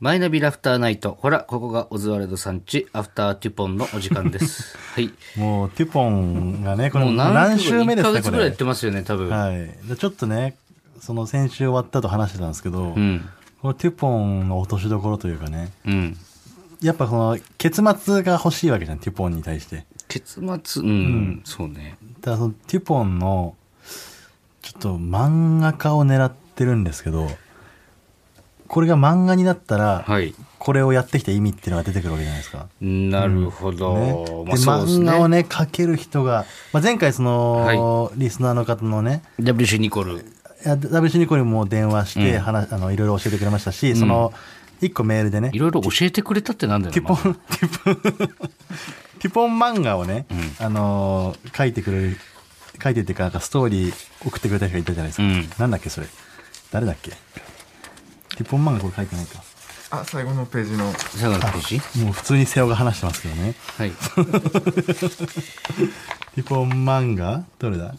マイナビラフターナイト。ほら、ここがオズワルドさんち、アフターテュポンのお時間 です。はい。もう、テュポンがね、これもう何何週目で1ヶすね、こ月ぐらいやれっ。てますよね、多分。はい。でちょっとね、その先週終わったと話してたんですけど、うん。このテュポンの落としどころというかね、うん。やっぱこの、結末が欲しいわけじゃん、テュポンに対して。結末、うん、んそうね。ただそのテュポンのちょっと漫画家を狙ってるんですけどこれが漫画になったら、はい。これをやってきた意味っていうのが出てくるわけじゃないですか。なるほど。ねまあ、でそうです漫ね。画をね描ける人が、まあ、前回その、リスナーの方のね WC ニコル。いや WC ニコルも電話して話、あのいろいろ教えてくれましたし、その1個メールでねいろいろ教えてくれたってなんだよテなィポン、ティポン、 ティポン漫画をね、あのー書いてくれる、書いてっていうか、なんかストーリー送ってくれた人がいたじゃないですか。うんなんだっけ、それ。誰だっけ。ティポン漫画これ書いてないか。あ最後のページの最後のページもう普通に瀬尾が話してますけどね。はい。ティポン漫画どれだ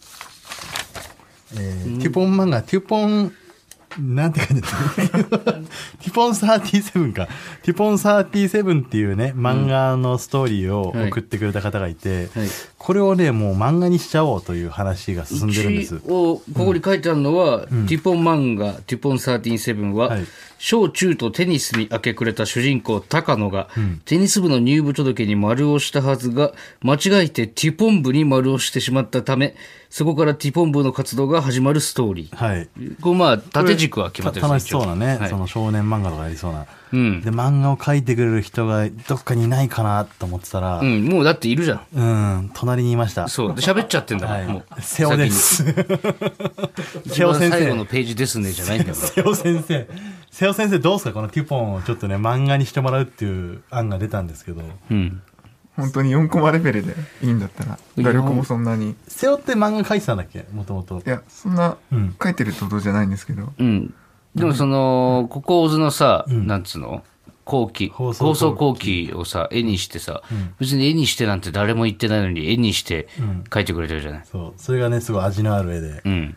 えーティポン漫画、ティポン、なんて感じ だったティポン37か。ティポン37っていうね、漫画のストーリーを送ってくれた方がいて、はいこれをね、もう漫画にしちゃおうという話が進んでるんです。一応、ここに書いてあるのは、ティポン漫画、ティポン137は、はい小中とテニスに明け暮れた主人公、高野が、テニス部の入部届に丸をしたはずが、間違えてティポン部に丸をしてしまったため、そこからティポン部の活動が始まるストーリー。はい。これまあ、縦軸は決まってるん楽ですしそうなね、はいその少年漫画とかやりそうな。うんで、漫画を描いてくれる人がどっかにいないかなと思ってたら、ううん、ん、もうだっているじゃん。隣にいました。そう。で喋っちゃってんだもん、はいも う。瀬尾です。瀬尾先に。一番先最後の生。ページですね、じゃないんだよ。 瀬尾先生。瀬尾先生どうですかこのテュポンをちょっとね、漫画にしてもらうっていう案が出たんですけど。うん。本当に4コマレベルでいいんだったら画力もそんなに瀬尾って漫画描いてたんだっけもともとい。やそんなうん書いてるってことじゃないんですけどうん。でもその、ここオズのさ、んなんつうの後期、放放送後期送後期をさ、絵にしてさ、別に絵にしてなんて誰も言ってないのに、絵にしてん描いてくれてるじゃない。そう。それがね、すごい味のある絵でう。ん。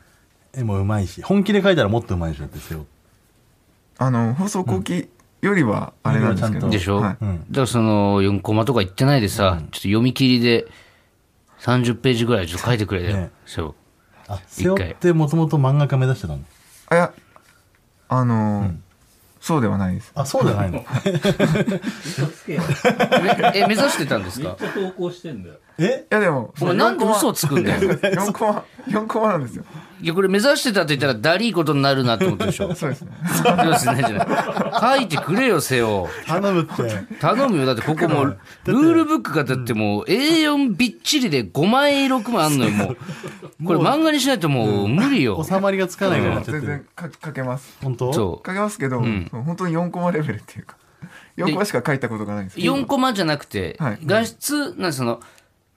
絵もうまいし。本気で描いたらもっとうまいでしょだって、瀬尾。あの放送後期よりはあれなんですけど、うんでしょ、はいうんだからその、4コマとか言ってないでさ、ちょっと読み切りで、30ページぐらいちょっと書いてくれたよ。ねそう。あ、瀬尾ってもともと漫画家目指してたのあいやあの、そうではないですあ、そうじゃないの嘘つけよ。え、え目指してたんですめっかちゃ投稿してんだよ。えいやでもお前なんで嘘をつつくんだ よ。 4コマ4コマなんですよいや、これ目指してたって言ったら、だりいことになるなって思ったでしょ。そ うですねそうですね、じゃない。書いてくれよ、せよ。頼むって。頼むよ。だってここもう、ルールブックがだってもう A4 びっちりで5枚、6枚あんのよ、も う。これ漫画にしないともう無理よ。収まりがつかないからなっちゃっ全てる然。か書けます本当そ書けますけど、んそう本当に4コマレベルっていうか4コマしか書いたことがないんですう。けど4コマじゃなくてはい、画質、なんかその、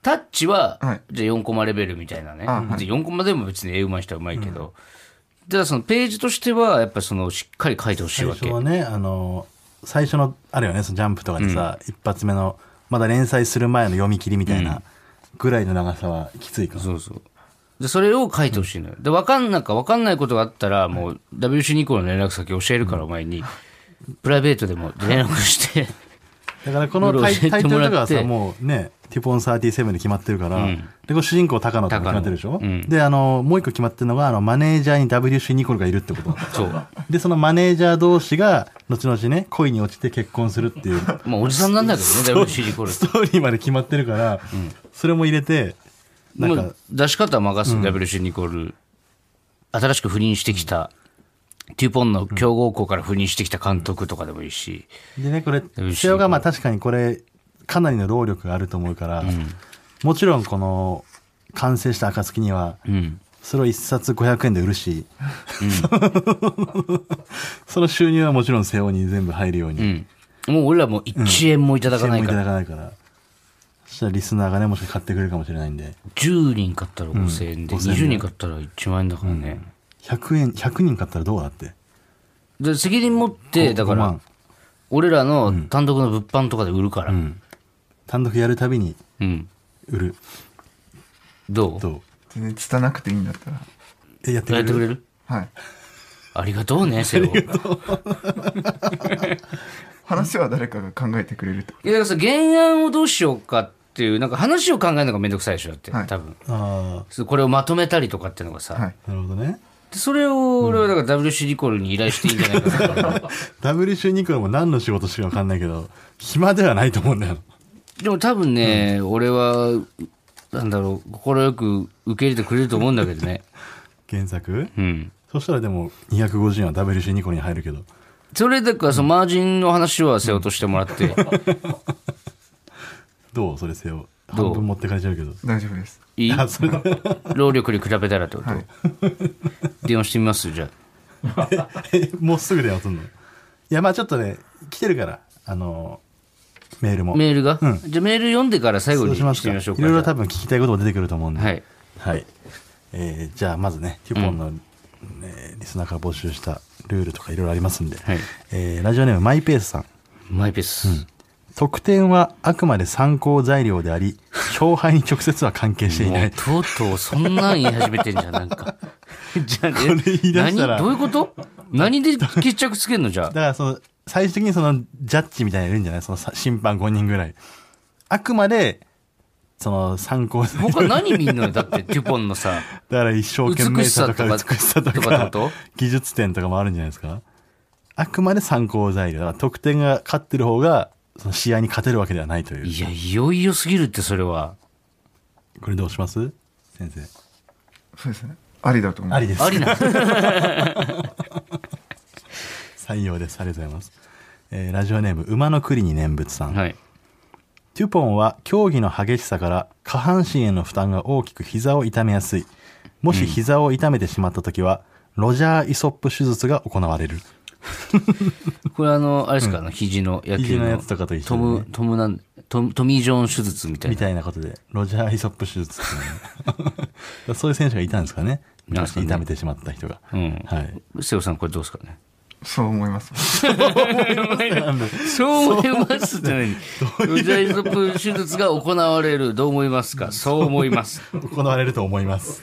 タッチははい、じゃあ4コマレベルみたいなね。あはいで4コマでも別に絵うまい人はうまいけど。ただそのページとしては、やっぱその、しっかり書いてほしい最わ初け。はねあの最初のあるよねそのジャンプとかでさ、一発目のまだ連載する前の読み切りみたいなぐらいの長さはきついかな、そうそう。で、それを書いてほしいのよ。で、わかんなんか、わかんないことがあったら、もう、WC ニコルの連絡先教えるから、お前に。プライベートでも連絡して。だからこのタイいろいろタ教えイてトもルらっとてかはさもうね「ティポン37」で決まってるから、でこれ主人公高野とか決まってるでしょ、高野うんであのもう一個決まってるのがあのマネージャーに WC ニコルがいるってこと そう。までそのマネージャー同士が後々ね恋に落ちて結婚するっていうあ、おじさんなんだけどね、WC ニコルってス。トーリーまで決まってるから、それも入れてなんもかう、出し方は任す、WC ニコル。新しく赴任してきた、テュポンの強豪校から赴任してきた監督とかでもいいし。でね、これ、牛瀬尾がまあ確かにこれ、かなりの労力があると思うから、もちろんこの、完成した暁には、うん。それを一冊500円で売るし、 その収入はもちろん瀬尾に全部入るよううに、ん。もう俺らもう1円もいただか支援ないもいかたら。だかないから。そしたらリスナーがね、もしかしたら買ってくれるかもしれないんで、 10人買ったら5000円で、 5000円20人買ったら1万円だからね。 100円、100人買ったらどうだって。で、責任持って、だか5ら万、俺らの単独の物販とかで売るから。う。うんん。単独やるたびに売る。どうどう全然拙なくていいんだったらえ、やってくやれってくるれるはいありがとうね、セオ。いや、だ話は誰かが考えてくれると。からさ、原案をどうしようかっていう、なんか話を考えるのがめんどくさいでしょ、だって、はい多分。あそうこれをまとめたりとかっていうのがさ、はい。あ、なるほどね。でそれを俺はだから WC リコールに依頼していいんじゃないかなと思う WC ニコルも何の仕事してるか分かんないけど、暇ではないと思うんだよ。でも多分ね、俺は、なんだろう、快く受け入れてくれると思うんだけどね。原作うん。そしたらでも、250円は WC ニコルに入るけど。それだからそのマージンの話はセオとしてもらって、どうそれせよ。どう半分持ってかれちゃうけど。大丈夫です。いいあ、それ だ。労力に比べたらってこと、はい電話してみますじゃあ。えもうすぐ電話すんのいや、まあちょっとね、来てるから、あの、メールも。メールが、うんじゃあメール読んでから最後そうにしましすかてみましょうか。いろいろ多分聞きたいことも出てくると思うんで。はい。はい。えーじゃあまずね、テュポンの、えーリスナーから募集したルールとかいろいろありますんで。はいえーラジオネームマイペースさん。マイペース。得点はあくまで参考材料であり、勝敗に直接は関係していもなうい。とうとうそんなん言い始めてんじゃん、なん か。じゃあ、これ言い出したら何どういうこと何で決着つけんのじゃ だあ。からその、最終的にその、ジャッジみたいなのいるんじゃないそのさ審判5人ぐらい。あくまで、その、参考材料。他何見んのよだって、デュポンのさ。だから一生懸命さとか美美ししささととかかってこと技術点とかもあるんじゃないですかあくまで参考材料だから得点が勝ってる方がその試合に勝てるわけではないといういや、いよいよすぎるって、それは。これどうします先生そうですね。ありだと思う。ありですありな。 採用ですありがとうございます、えーラジオネーム馬の栗に念仏さん、はい。テュポンは競技の激しさから下半身への負担が大きく膝を痛めやすいもし膝を痛めてしまった時は、ロジャー・イソップ手術が行われるこれあの、あれですか、あの肘の野球の。肘のやつとかと一緒トにねム、トムなん、トム、トミー・ジョン手術みたいみな。たいなことで、ロジャー・イソップ手 術っていうのねだからそういう選手がいたんですかね。なんですかね痛めてしまった人が。うん。はい。瀬尾さん、これどうですかね。そう思います。そう思いますって 何ロジャーイソップ手術が行われる。どう思いますかそう思います。行われると思います。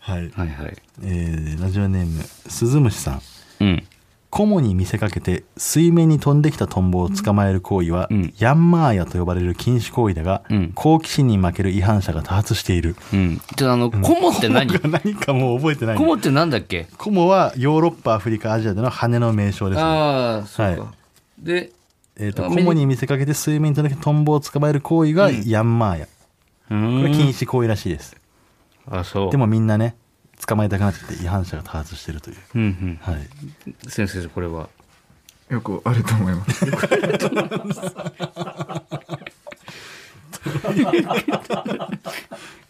はい。はいはい。えー、ラジオネーム、鈴虫さん。うん。コモに見せかけて水面に飛んできたトンボを捕まえる行為は、ヤンマーヤと呼ばれる禁止行為だが、ん好奇心に負ける違反者が多発している。うん。じゃあ、あの、コモって何コ 何かもう覚えてない。モってなんだっけコモはヨーロッパ、アフリカ、アジアでの羽の名称です、ね。ああ、そうはか。で、えー、とあコメニモに見せかけて水面に飛んできてトンボを捕まえる行為がヤンマーヤ、うこれ禁ーん。止行為らしいです、あ、そう。でもみんなね捕まえたくなってきて違反者が多発してるという、うん はい、うん。先生、これは。よくあると思います。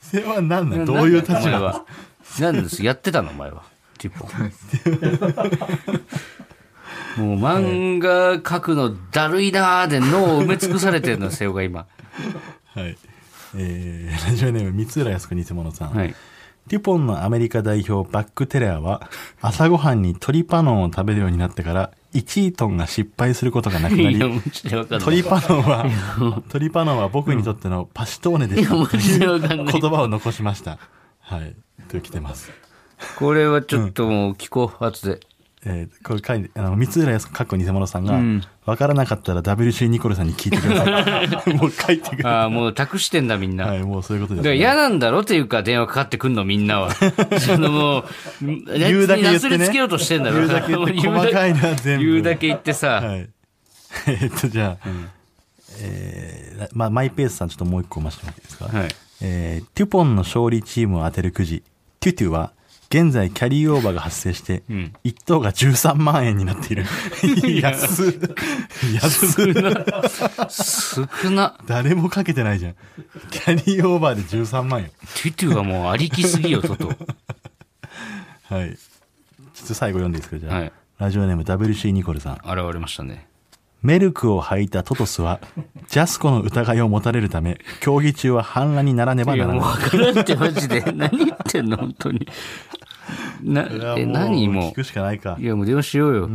それは何なのどういう立お前場は。なんですやってたの、お前は。ティ ポン。もう漫画描くのだるいなーで脳を埋め尽くされてるの、瀬尾が今。はいえー、ラジオネーム三浦靖子偽物さん、はい。テュポンのアメリカ代表バックテレ アは朝ごはんにトリパノンを食べるようになってから1トンが失敗することがなくないりや、マジでわかんトない。リパノンは、トリパノンは僕にとってのパシトーネでしたいやマジでわかんない 言葉を残しました。はい。と来てます。これはちょっともう聞こう、後で。えー、これ書いて、あの、三浦康子、かっこ偽物さんが、わ、んからなかったら WC ニコルさんに聞いてくださ い。もう書いてくだああ、もう託してんだ、みんな。さい。はい、もうそういうことだでからす、嫌なんだろっていうか電話かかってくんのみんな は。そのもう、言うだけ言なってすねりつけようとしてんだろ言うだけ言って もう言うだけ細かいな全部言うだけ言ってさ、 はい。えーっと、じゃあ、えーらまあ、マイペースさんちょっともう一個増してもらっていいですか。はいえーテュポンの勝利チームを当てるくじ、テュテュは、現在キャリーオーバーが発生して、一等が13万円にな っている。安っ。安っ。少な。誰もかけてないじゃん。キャリーオーバーで13万円。トゥトゥはもうありきすぎよ、トト。はい。ちょっと最後読んでいいですか、じゃあ。はいラジオネーム WC ニコルさん。現れましたね。メルクを履いたトトスは、ジャスコの疑いを持たれるため、競技中は反乱にならねばいなや、らもうない。分からんってマ ジで。何言ってんの、本当に。なそれは、え、何聞もくしかないかう。い。や、もう電話しようよ。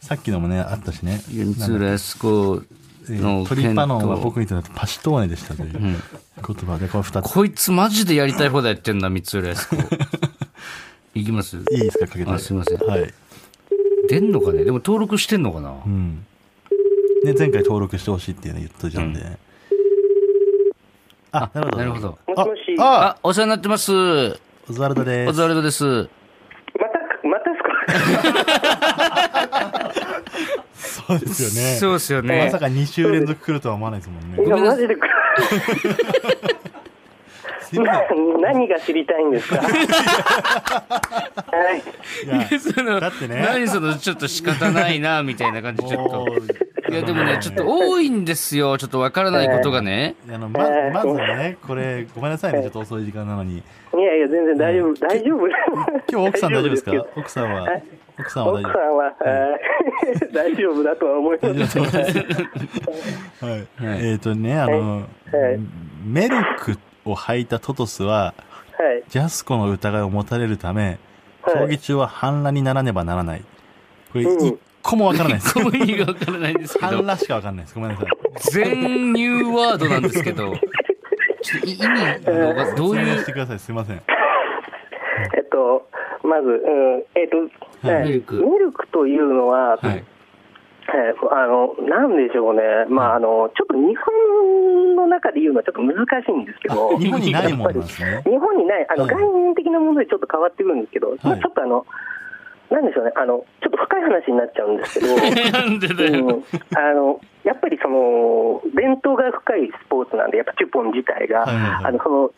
さっきのもね、あったしね。いや三浦康子えーのトリ件パノンはと。僕にとってパシトーネでしたという言葉で、この二つ。こいつマジで やりたい放題やってんな、三浦康子。いきますいいですか、かけて。あすいませんはい。出んのかねでも登録してんのかな、うん。で、前回登録してほしいっていうの言ったじゃんで。あ、なるほど。なるほど。もしもし、まあ、ああ、お世話になってます。オオズワルドです。ズワルドです。た、また ですかそうですよね。そうですよまねさ。か2週連続来るとは思わないですもんね。いや、マジで、すいませ何が知りたいんです かはい。ん。いや そのだってね何その、ちょっと仕方ないな、みたいな感じ、ちょっもと。ういや、でも ね、ちょっと多いんですよ。ちょっとわからないことがね。あの、ま、まずね、これ、ごめんなさいね、ちょっと遅い時間なのに。いやいや、全然大丈夫、大丈夫。今日奥さん大丈夫ですかけど奥さんは、奥さんは大奥さ丈んは、あー 大丈夫だとは思いま す。夫。はい。えっとね、あの、はいメルクを履いたトトスは、はい。ジャスコの疑いを持たれるため、はい競技中は反乱にならねばならない。これ、うん一個もわからない です。この意味がわからないんですけ反ど。乱しかわかんないです。ごめんなさい。全ニューワードなんですけど。ちょっと意味あの、どう説い明うしてください。すいません。えっと、まず、うん、えっと、はいはいミルクミルクというのはは、はいい、あの、なんでしょうね。まあ、あの、ちょっと日本の中で言うのはちょっと難しいんですけあど、日本にないもんなんですね。日本にない、あの、はい概念的なものでちょっと変わってくるんですけど、まあちょっとあの、なんでしょうね。あの、ちょっと深い話になっちゃうんですけ ど、なんでだうよ。ん、あのやっぱりその伝統が深いスポーツなんで、やっぱチュポン自体が、はいはいはいあのその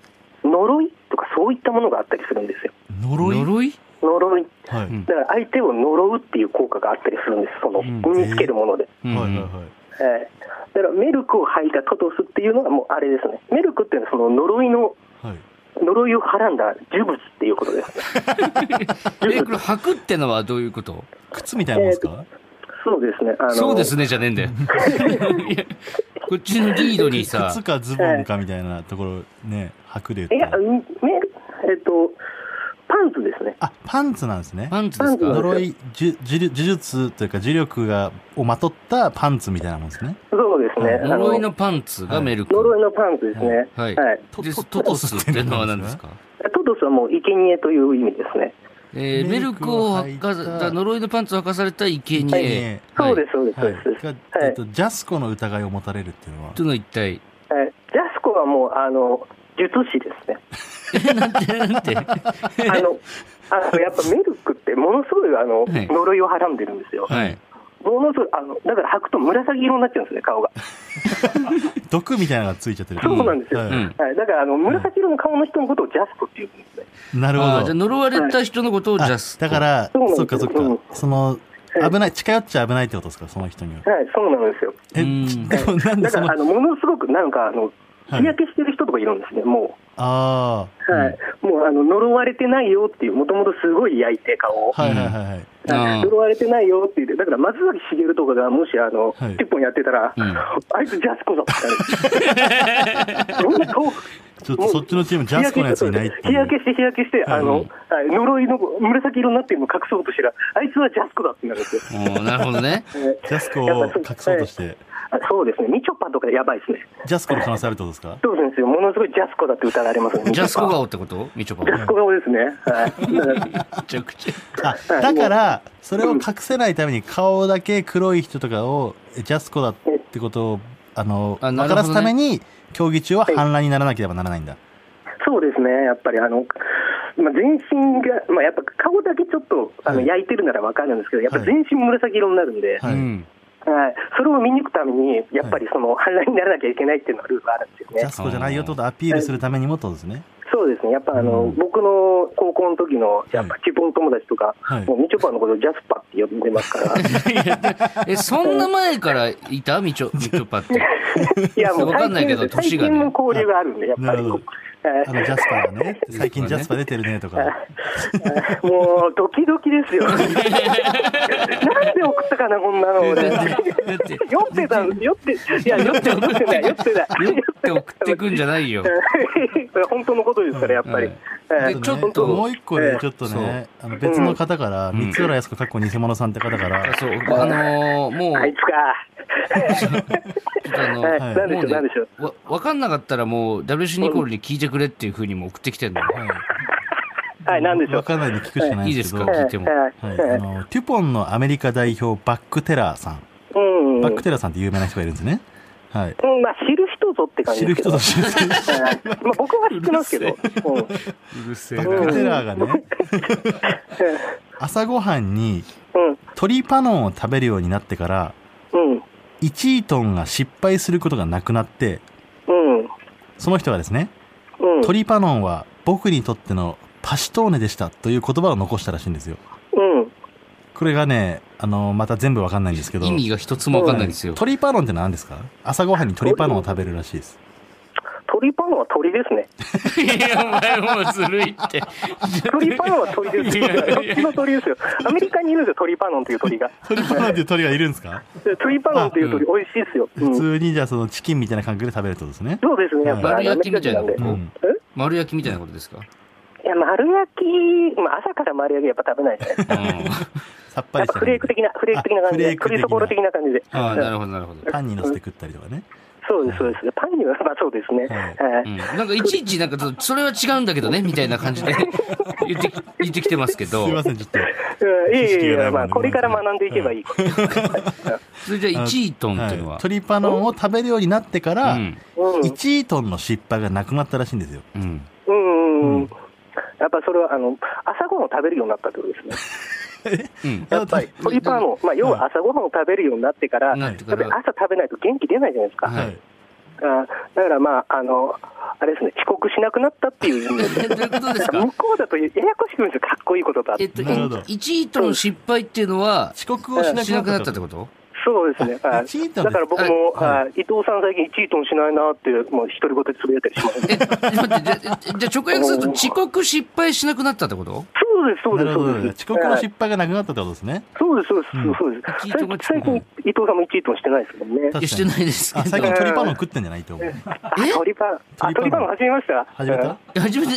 呪いとかそういったものがあったりするんですよ。呪い呪い呪いはうんい。だから相手を呪うっていう効果があったりするんです、そのうん身につけるもので。うはいはいんはい。ええだからメルクを吐いたトトスっていうのは、もうあれですね、メルクっていうのはその呪いの、はい。呪いをはらんだ呪物っていうことですね。え、これ履くってのはどういうこと靴みたいなもんですか、そうですね。あのそうですね、じゃねえんだ よ。いやこっちのリードにさ靴、かズボンかみたいなところね、白でい言っや、たらうんメルえっと、パンツですね。あ、パンツなんですね。パンツですパンツか呪い、呪呪術というか呪力が、をまとったパンツみたいなもんですね。そうですね。あ呪いのパンツがメルク。呪いのパンツですね。はいはい。トトトトトトスってのは何ですかトドスはもう生贄という意味ですね。えーメメルルククをを履履かかだ呪いのパンツを履かされた生贄贄はいそうです、そうです、そはうい。です。がはいえっと、ジャスコの疑いを持たれるっていうのはと。いうのは一体はいジャスコはもう、あの、術師ですね。なんてなんてあの、あのやっぱメルクってものすごい、あの、はい呪いをはらんでるんですよ。はいものすごい、あの、だから履くと紫色になっちゃうんですね、顔が。毒みたいなのがついちゃってる。そうなんですよ。ははいい。だから、あの、紫色の顔の人のことをジャスコって言うんですね。なるほあーじゃあど。呪われた人のことをジャあスだから、そうなんですそっかそっか。うんその、はい危ない、近寄っちゃ危ないってことですか、その人には。はい、そうなんですよ。え、うんちでもなんでだそかのら、あ、の、ものすごく、なんか、あの、はい日焼けしてる人とかいるんですね、もう。あはい、もうあの呪われてないよっていう、もともとすごい焼いて、顔を、あ、はいはいはいはい。あー呪われてないよって言って、だから松崎しげるとかがもし、あの、はい10本やってたら、うんあいつ、ジャスコだって なるそんな顔ちょっとそっちのチーム、ジャスコのやついないって日い焼けう。して、日焼けして、あの、うんはい呪いの紫色になってるのを隠そうとしたら、あいつはジャスコだってなるん ですよ。おーなるほど ねえジャスコを隠そうとして、ーあそうですね、みちょぱとかやばいですね。ジャスコの可能性あるってことですかそうですよ、ものすごいジャスコだって疑われますね。みちジょャぱスコ。顔ってことみちょぱジャスコ顔ですね。 はいだからめちゃくちゃあ、だから、それを隠せないために顔だけ黒い人とかを、えジャスコだってことを、あの、あ分なるほどねからすために、競技中は反乱にならなければならないんだ。そうですね、やっぱりあの、まあ、全身が、まあ、やっぱ顔だけちょっとあのはい焼いてるならわかるんですけど、やっぱはい全身紫色になるんで、はういんはいそれを見抜くために、やっぱりその反乱にならなきゃいけないっていうのはルールがあるんですよね。ジャスコじゃないよってことをアピールするためにもってことですね。そうですね、やっぱあの、うん僕の高校の時の、やっぱはいチュポン友達とか、はいもうみちょぱのことをジャスパって呼んでま すから、いえそんな前からいたみちょみちょぱってやもうわかんないけ最近どです最年がね近の交流があるんで、やっぱりなるほど。はいあの、ジャスパーがね、最近ジャスパー出てるねとか。もうドキドキですよ。なんで送ったかな、こんなのだっ俺。てだって酔ってたん酔って、いや、酔って、酔ってない、酔ってない。酔って送ってくんじゃ ないよそれ本当のことですから、やっぱはいり。えあえでねちょっともう一個ね、ちょっとね、あの別の方から、ん三浦康子、かっこ偽物さんって方から、そうあのーもうあいつか。ちょっとあの、はいはいなんでもしょう、なんでしょう。うね、わ、わかんなかったらもう、WC ニコルに聞いてくれっていうふうにも送ってきてるの。はいはい、なんでしょわう。かんないんで聞くしかないんですけど。いいですかえ聞いてもえはい、えあのテュポンのアメリカ代表バックテラーさん、えうん、バックテラーさんって有名な人がいるんですね。はい。うん、まあ知る人ぞって感じ知でるすけ人ど。ぞ知る人ぞ。ええまあ僕は知ってますけど。うんうるせえバな。ックテラーがね、朝ごはんに鶏パノンを食べるようになってから、うん、うん、 1トンが失敗することがなくなって、うん、その人がですね、うん。トリパノンは僕にとってのパシュトーネでしたという言葉を残したらしいんですよ。うん。これがね、あの、また全部わかんないんですけど。意味が一つもわかんないんですよ。トリパノンって何ですか朝ごはんにトリパノンを食べるらしいです。鳥パンは鳥ですね。 いや、お前もうずるいって。鳥パンは鳥ですよ。どっちの鳥ですよ。アメリカにいるんですよ、鳥パノンという鳥が。トリパノンっていう鳥がいるんですかで鳥パノンという鳥、美味しいですよ。うん普通にじゃあそのチキンみたいな感覚で食べるってことですね。そうですね、やっぱ丸りアメ焼きリカみたい人ななんこで。とえ丸焼きみたいなことですかいや、丸焼き、まあ、朝から丸焼きやっぱ食べないですね。う ん。さっぱやりしっぱたフレーク的な、フレーク的な感あじフレで、ーク的クなリソコロ的な感じで。ああ、なうんるほど、なるほど。パンに乗せて食ったりとかね。そうです、そうです。パンには、まあそうですね。はういん、なんかいちいちなんかちょっとそれは違うんだけどねみたいな感じで 言ってき言ってきてますけすいまどせん、ちょっと。うんいやいやい知識がないもんねや、まあこれから学んでいけばいい。それじゃあ1位トンっていうのは、はいトリパノンを食べるようになってから、うんうん1トンの失敗がなくなったらしいんですよ。うんうん、ううんん。やっぱそれは、あの、朝ごはんを食べるようになったってことですね。うんやっぱり、うん鳥パンを、まあ要は朝ごはんを食べるようになってから、なやっってぱからり朝食べないと元気出ないじゃないですか。はいはい。あだからまあ、あの、あれですね、遅刻しなくなったってい う意味えで。どういうことですか向こうだとややこしく言うんですよ、かっこいいことだえっとなるほど1トン失敗っていうのは遅刻をしなしなくくななっったたってと。ことそうですね、はい1トンだから僕も、はいはい伊藤さん、最近1位トンしないなって、もう独り言でつぶやいたりしますえ待ってじゃじゃじゃあ直訳すると遅刻失敗しなくなったってことそうです、そうなでるす、そほどなうるほど。です。遅刻のはい失敗がなくなったってことですね。そうです、そうです、うんそうです。一位トン最が近、最近伊藤さんも1位トンしてないですもんね。いやしてないですけあ、最ど近トリパノン食ってんじゃないと思う。あ、鳥パン。あ、鳥鳥パパンン始めました。始めうたんえ初めて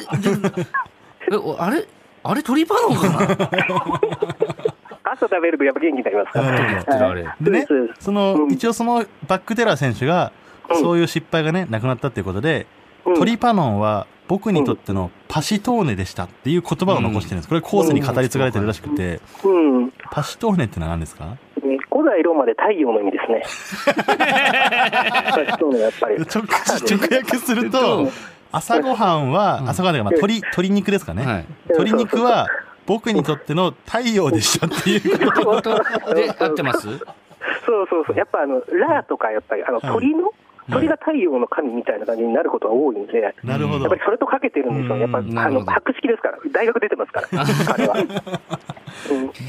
でえおあれあれ鳥パノンか な朝食べるとやっぱ元気になりますかなら。るほどやってるあれでねそうで、すそのう、ん一応そのバックテラー選手が、うんそういう失敗がね、なくなったっていうことで、うんトリパノンは僕にとってのパシトーネでしたっていう言葉を残してるんです。これ後世に語り継がれてるらしくて、うん。パシトーネってのは何ですか古代ローマで太陽の意 味ですね。そうね、やっぱり。直 直訳すると、朝ごはんは、朝ごはんというか、まあ、鶏、鶏肉ですかね。はい鶏肉は、僕にとっての太陽でしたっていうこと。とで合ってますそうそうそう。やっぱあの、ラーとかやっぱり、あの、はい鳥の、鳥が太陽の神みたいな感じになることが多いんで、やっなるほどぱ。りそれとかけてるんですよね。やっぱ、うんなあるほの、ど博識ですから。大学出てますから、彼は。 うん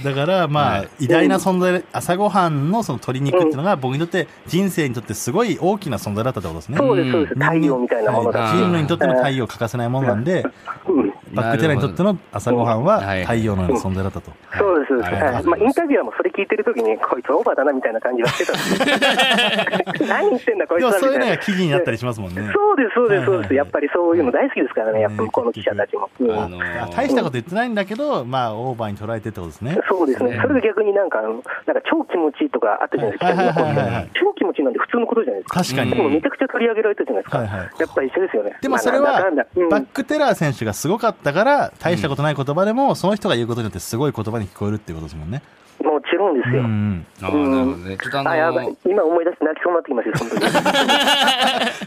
だから、まあ、偉大な存在で、朝ごはんのその鶏肉っていうのが、僕にとって、人生にとってすごい大きな存在だったってことですね。そうです、そうです。太陽みたいなものだはし。い人類にとっての太陽欠かせないものなんで、うんバックテラーにとっての朝ごはんはなるほど太陽のような存在だったと。そうです、そうであすりがとうございはまいすまあ、インタビュアーもそれ聞いてるときに、こいつオーバーだなみたいな感じはしてたん ですよ何言ってんだ、こいつでもはみそういうのたいがな。記事になったりしますもんね。そうです、そうです、そうはいはいはです、いやっぱりそういうの大好きですからね、やっぱね向こうの記者たちも。うんあのーあ大したこと言ってないんだけど、まあ、オーバーに捉えてってことですね。そうですね、それが逆になんかあの、なんか超気持ちいいとかあったじゃないですか、はいはいはいはいはい超気持ちいいなんて普通のことじゃないですか、確かに。でもめちゃくちゃ取り上げられたじゃないですか、はいはいやっぱ一緒ですよね。でもそれまあはなんだかんだ、バうッんクテラー選手がすごかったから、大したことない言葉でも、その人が言うことによってすごい言葉に聞こえるっていうことですもんね。もちろんでうすんうよ。ん。ああなるほどねちょっとあのあ、やばーい、今思い出して泣きそうになってきましたよ、本当に。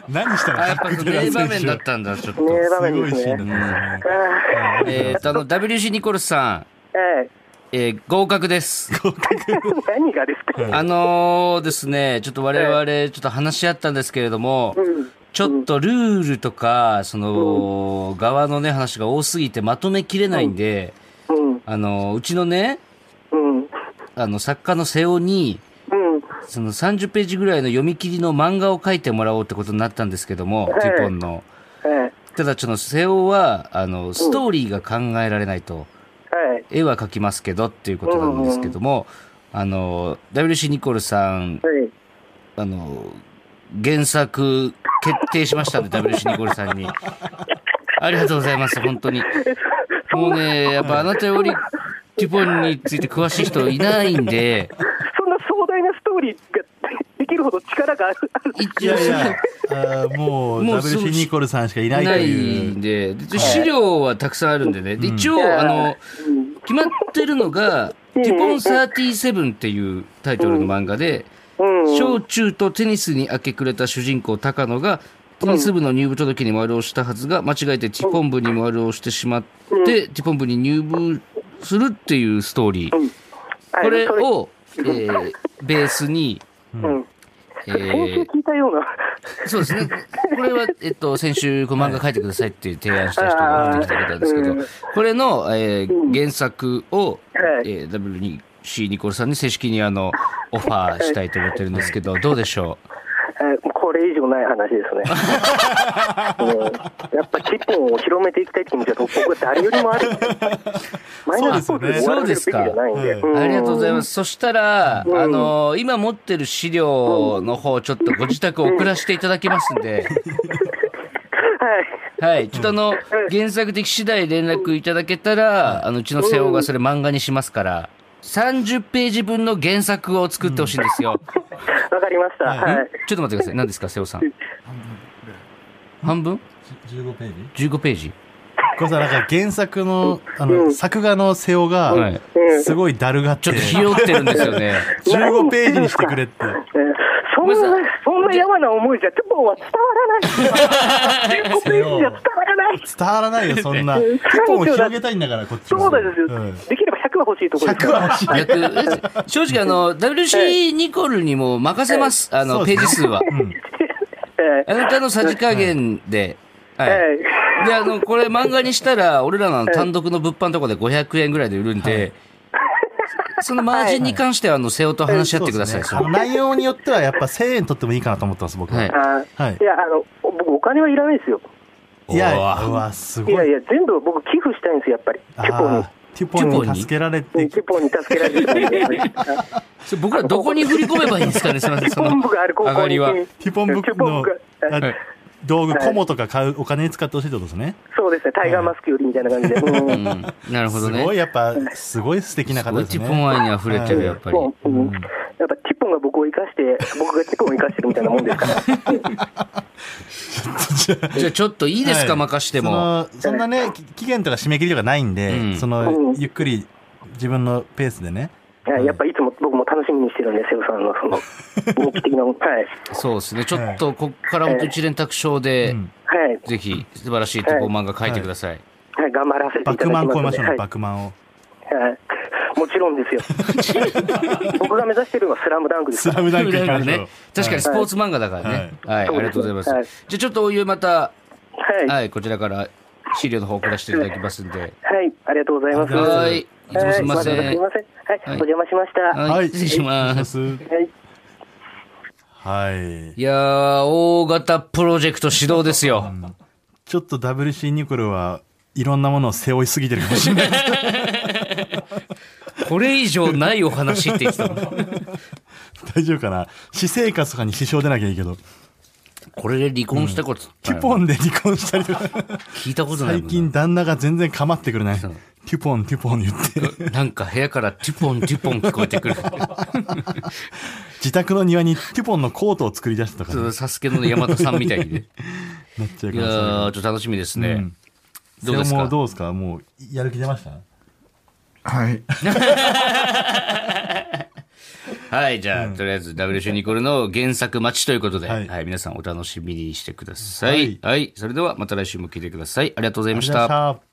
何したのあやっぱバックテラー名選手場面だったんだちょっ と名場す面ごいでシすーねンだったん。ですね。あえー、とあの WC ニコルスさん、ーはいえー合格です。何がですか、あのーですね、ちょっと我々ちょっと話し合ったんですけれども、うんちょっとルールとか、その、側のね、話が多すぎてまとめきれないんで、うんあのーうちのね、うんあの、作家の瀬尾に、うんその30ページぐらいの読み切りの漫画を書いてもらおうってことになったんですけども、はいティポンの。はいただ、ちょっと瀬尾は、あの、ストーリーが考えられないと。はい絵は描きますけどっていうことなんですけども、あの、WC ニコルさん、はいあの、原作決定しま したんで、WC ニコルさんに。ありがとうございます、本当に。もうね、やっぱあなたより、テュポンについて詳しい人いないんで、そんな壮大なストーリーができきるほど力がある。い一応やいや、あーもう、もうすぐ WC ニコルさんしかいないとないいんう。で、で資料はたくさんあるんでね。で一応、あの、決まってるのが、ティポン37っていうタイトルの漫画で、うん。小中とテニスに明け暮れた主人公高野が、テニス部の入部届に丸をしたはずが、間違えてティポン部に丸をしてしまって、ティポン部に入部するっていうストーリー。あこれそを、えーベースに、うん。え先週ー聞いたような。そうですね。これは、えっと、先週、こう漫画描いてくださいっていう提案した人が出てきた方ですけあーうどん、これの、えー原作を、はいえー WC ニコルさんに正式にあの、オファーしたいと思ってるんですけど、どうでしょ えーこれ以上ない話ですね。もうやっぱチップンを広めていきたい気持ちは僕は誰よりもある。マイナスポーツで終わらせるべきじゃないんで。そううありがとうございまます。そしたら、あうんの、今持ってる資料の方、ちょっとご自宅送らせていただきますん で、す。はい。はい、ちょっとあの、原作的次第連絡いただけたら、あの、うちの瀬尾がそれ漫画にしますから、30ページ分の原作を作ってほしいんですよ。わかりました。はい。ちょっと待ってください。何ですか、瀬尾さん。半分15ページ ?15 ページこれさ、なんか原作の、あの、作画の瀬尾はがい、すごいだるがっちて、ょっとひよってるんですよ ね。 15ページにしてくれって。えーそんなごめんな、そんなやわな思いじゃ、チョコは伝わらない。チョコページじゃ伝わらない。伝わらないよ、そんな。ん結構広げたいんだから、こっちそうもなんですよ。んできれば100は欲しいところです。 100は欲しい。逆正直あの、WC ニコルにも任せます。あの、そうペですージ数は。えあなたのさじ加減で。はーい。えで、あの、これ漫画にしたら、俺らの単独の物販とかで500円ぐらいで売るんで、そのマージンに関しては、あの、瀬尾と話し合ってください。そうですねあの内容によっては、やっぱ1000円取ってもいいかなと思ったんです、僕はいーあーはいいや、あの、僕、お金はいらないですよ。いや、うわ、すいごやいい。や、全部僕、寄付したいんですよ、やっぱり。チョコにあ。ーテュポンに助けられうんて、チョコに助けられて。それ僕らどこに振り込めばいいんですかね、すみません、チそ ョコンの部がある高上校がに。りは。テュポンブックのテュポンブックあ道具、はいコモとか買うお金に使ってほしいってことですね。そうですね、タイガーマスクよりみたいな感じで。うんうん、なるほどすね。ごい、やっぱ、すごい素敵なす方ごいですテね。ィポン愛に溢れてる、やっぱり。もううん、やっぱチッポンが僕を生かして、僕がチッポンを生かしてるみたいなもんです から。じゃあちょっといいですか、はい任しても。そのそんなね、き期限とか締め切りとかないんで、うんそのうんゆっくり自分のペースでね。はいやっぱいつも僕も楽しみにしてるんで、瀬尾さんの その、人気的な、はい、そうですね、ちょっとここから本当一連卓章うで、んはい、ぜひ素晴らしいとこ漫画書いてください。はい、頑張らせていたバだッきクまマすン超えましので、ょうはね、い、はバックマンを。い、もちろん ですよ。僕が目指してるのはスラムダンクですスかラムダンク行きましょねう。、確 かにスポーツ漫画だからね。はい、ありがとうございます。はいじゃあちょっとお湯また、ら。は、はいい、こちらから資料の方送らせていただきますんで。はい、ありがとうございます。は、はいいいつもすいませわざわざすいん。ません。はい、お邪魔しました。ははい、失礼します。す。い、はいい。やー、大型プロジェクト始動ですよ。ちょっと WC ニコルはいろんなものを背負いすぎてるかもしれない。 これ以上ないお話って言ってたもん大丈夫かな私生活とかに支障出なきゃいいけど。これで離婚したこと、テュポンで離婚したりとか。聞いたことないも最んな近旦那が全然構ってくれない。テうュポン、テュポン言って。なんか部屋からテュポンテュポン聞こえてくる。自宅の庭にテュポンのコートを作り出したとかちょっね、とサスケの山田さんみたいにね。なっちゃいうかやもしれないー、ちょっと楽しみですね。うんどうです瀬尾もかどうですかもう、やる気出ましたはい。はい、じゃあ、とりあえず WC ニコルの原作待ちということで、は、はいい皆さんお楽しみにしてください。ははいい、それではまた来週も聞いてください。ありがとうございましありがとうございたま。した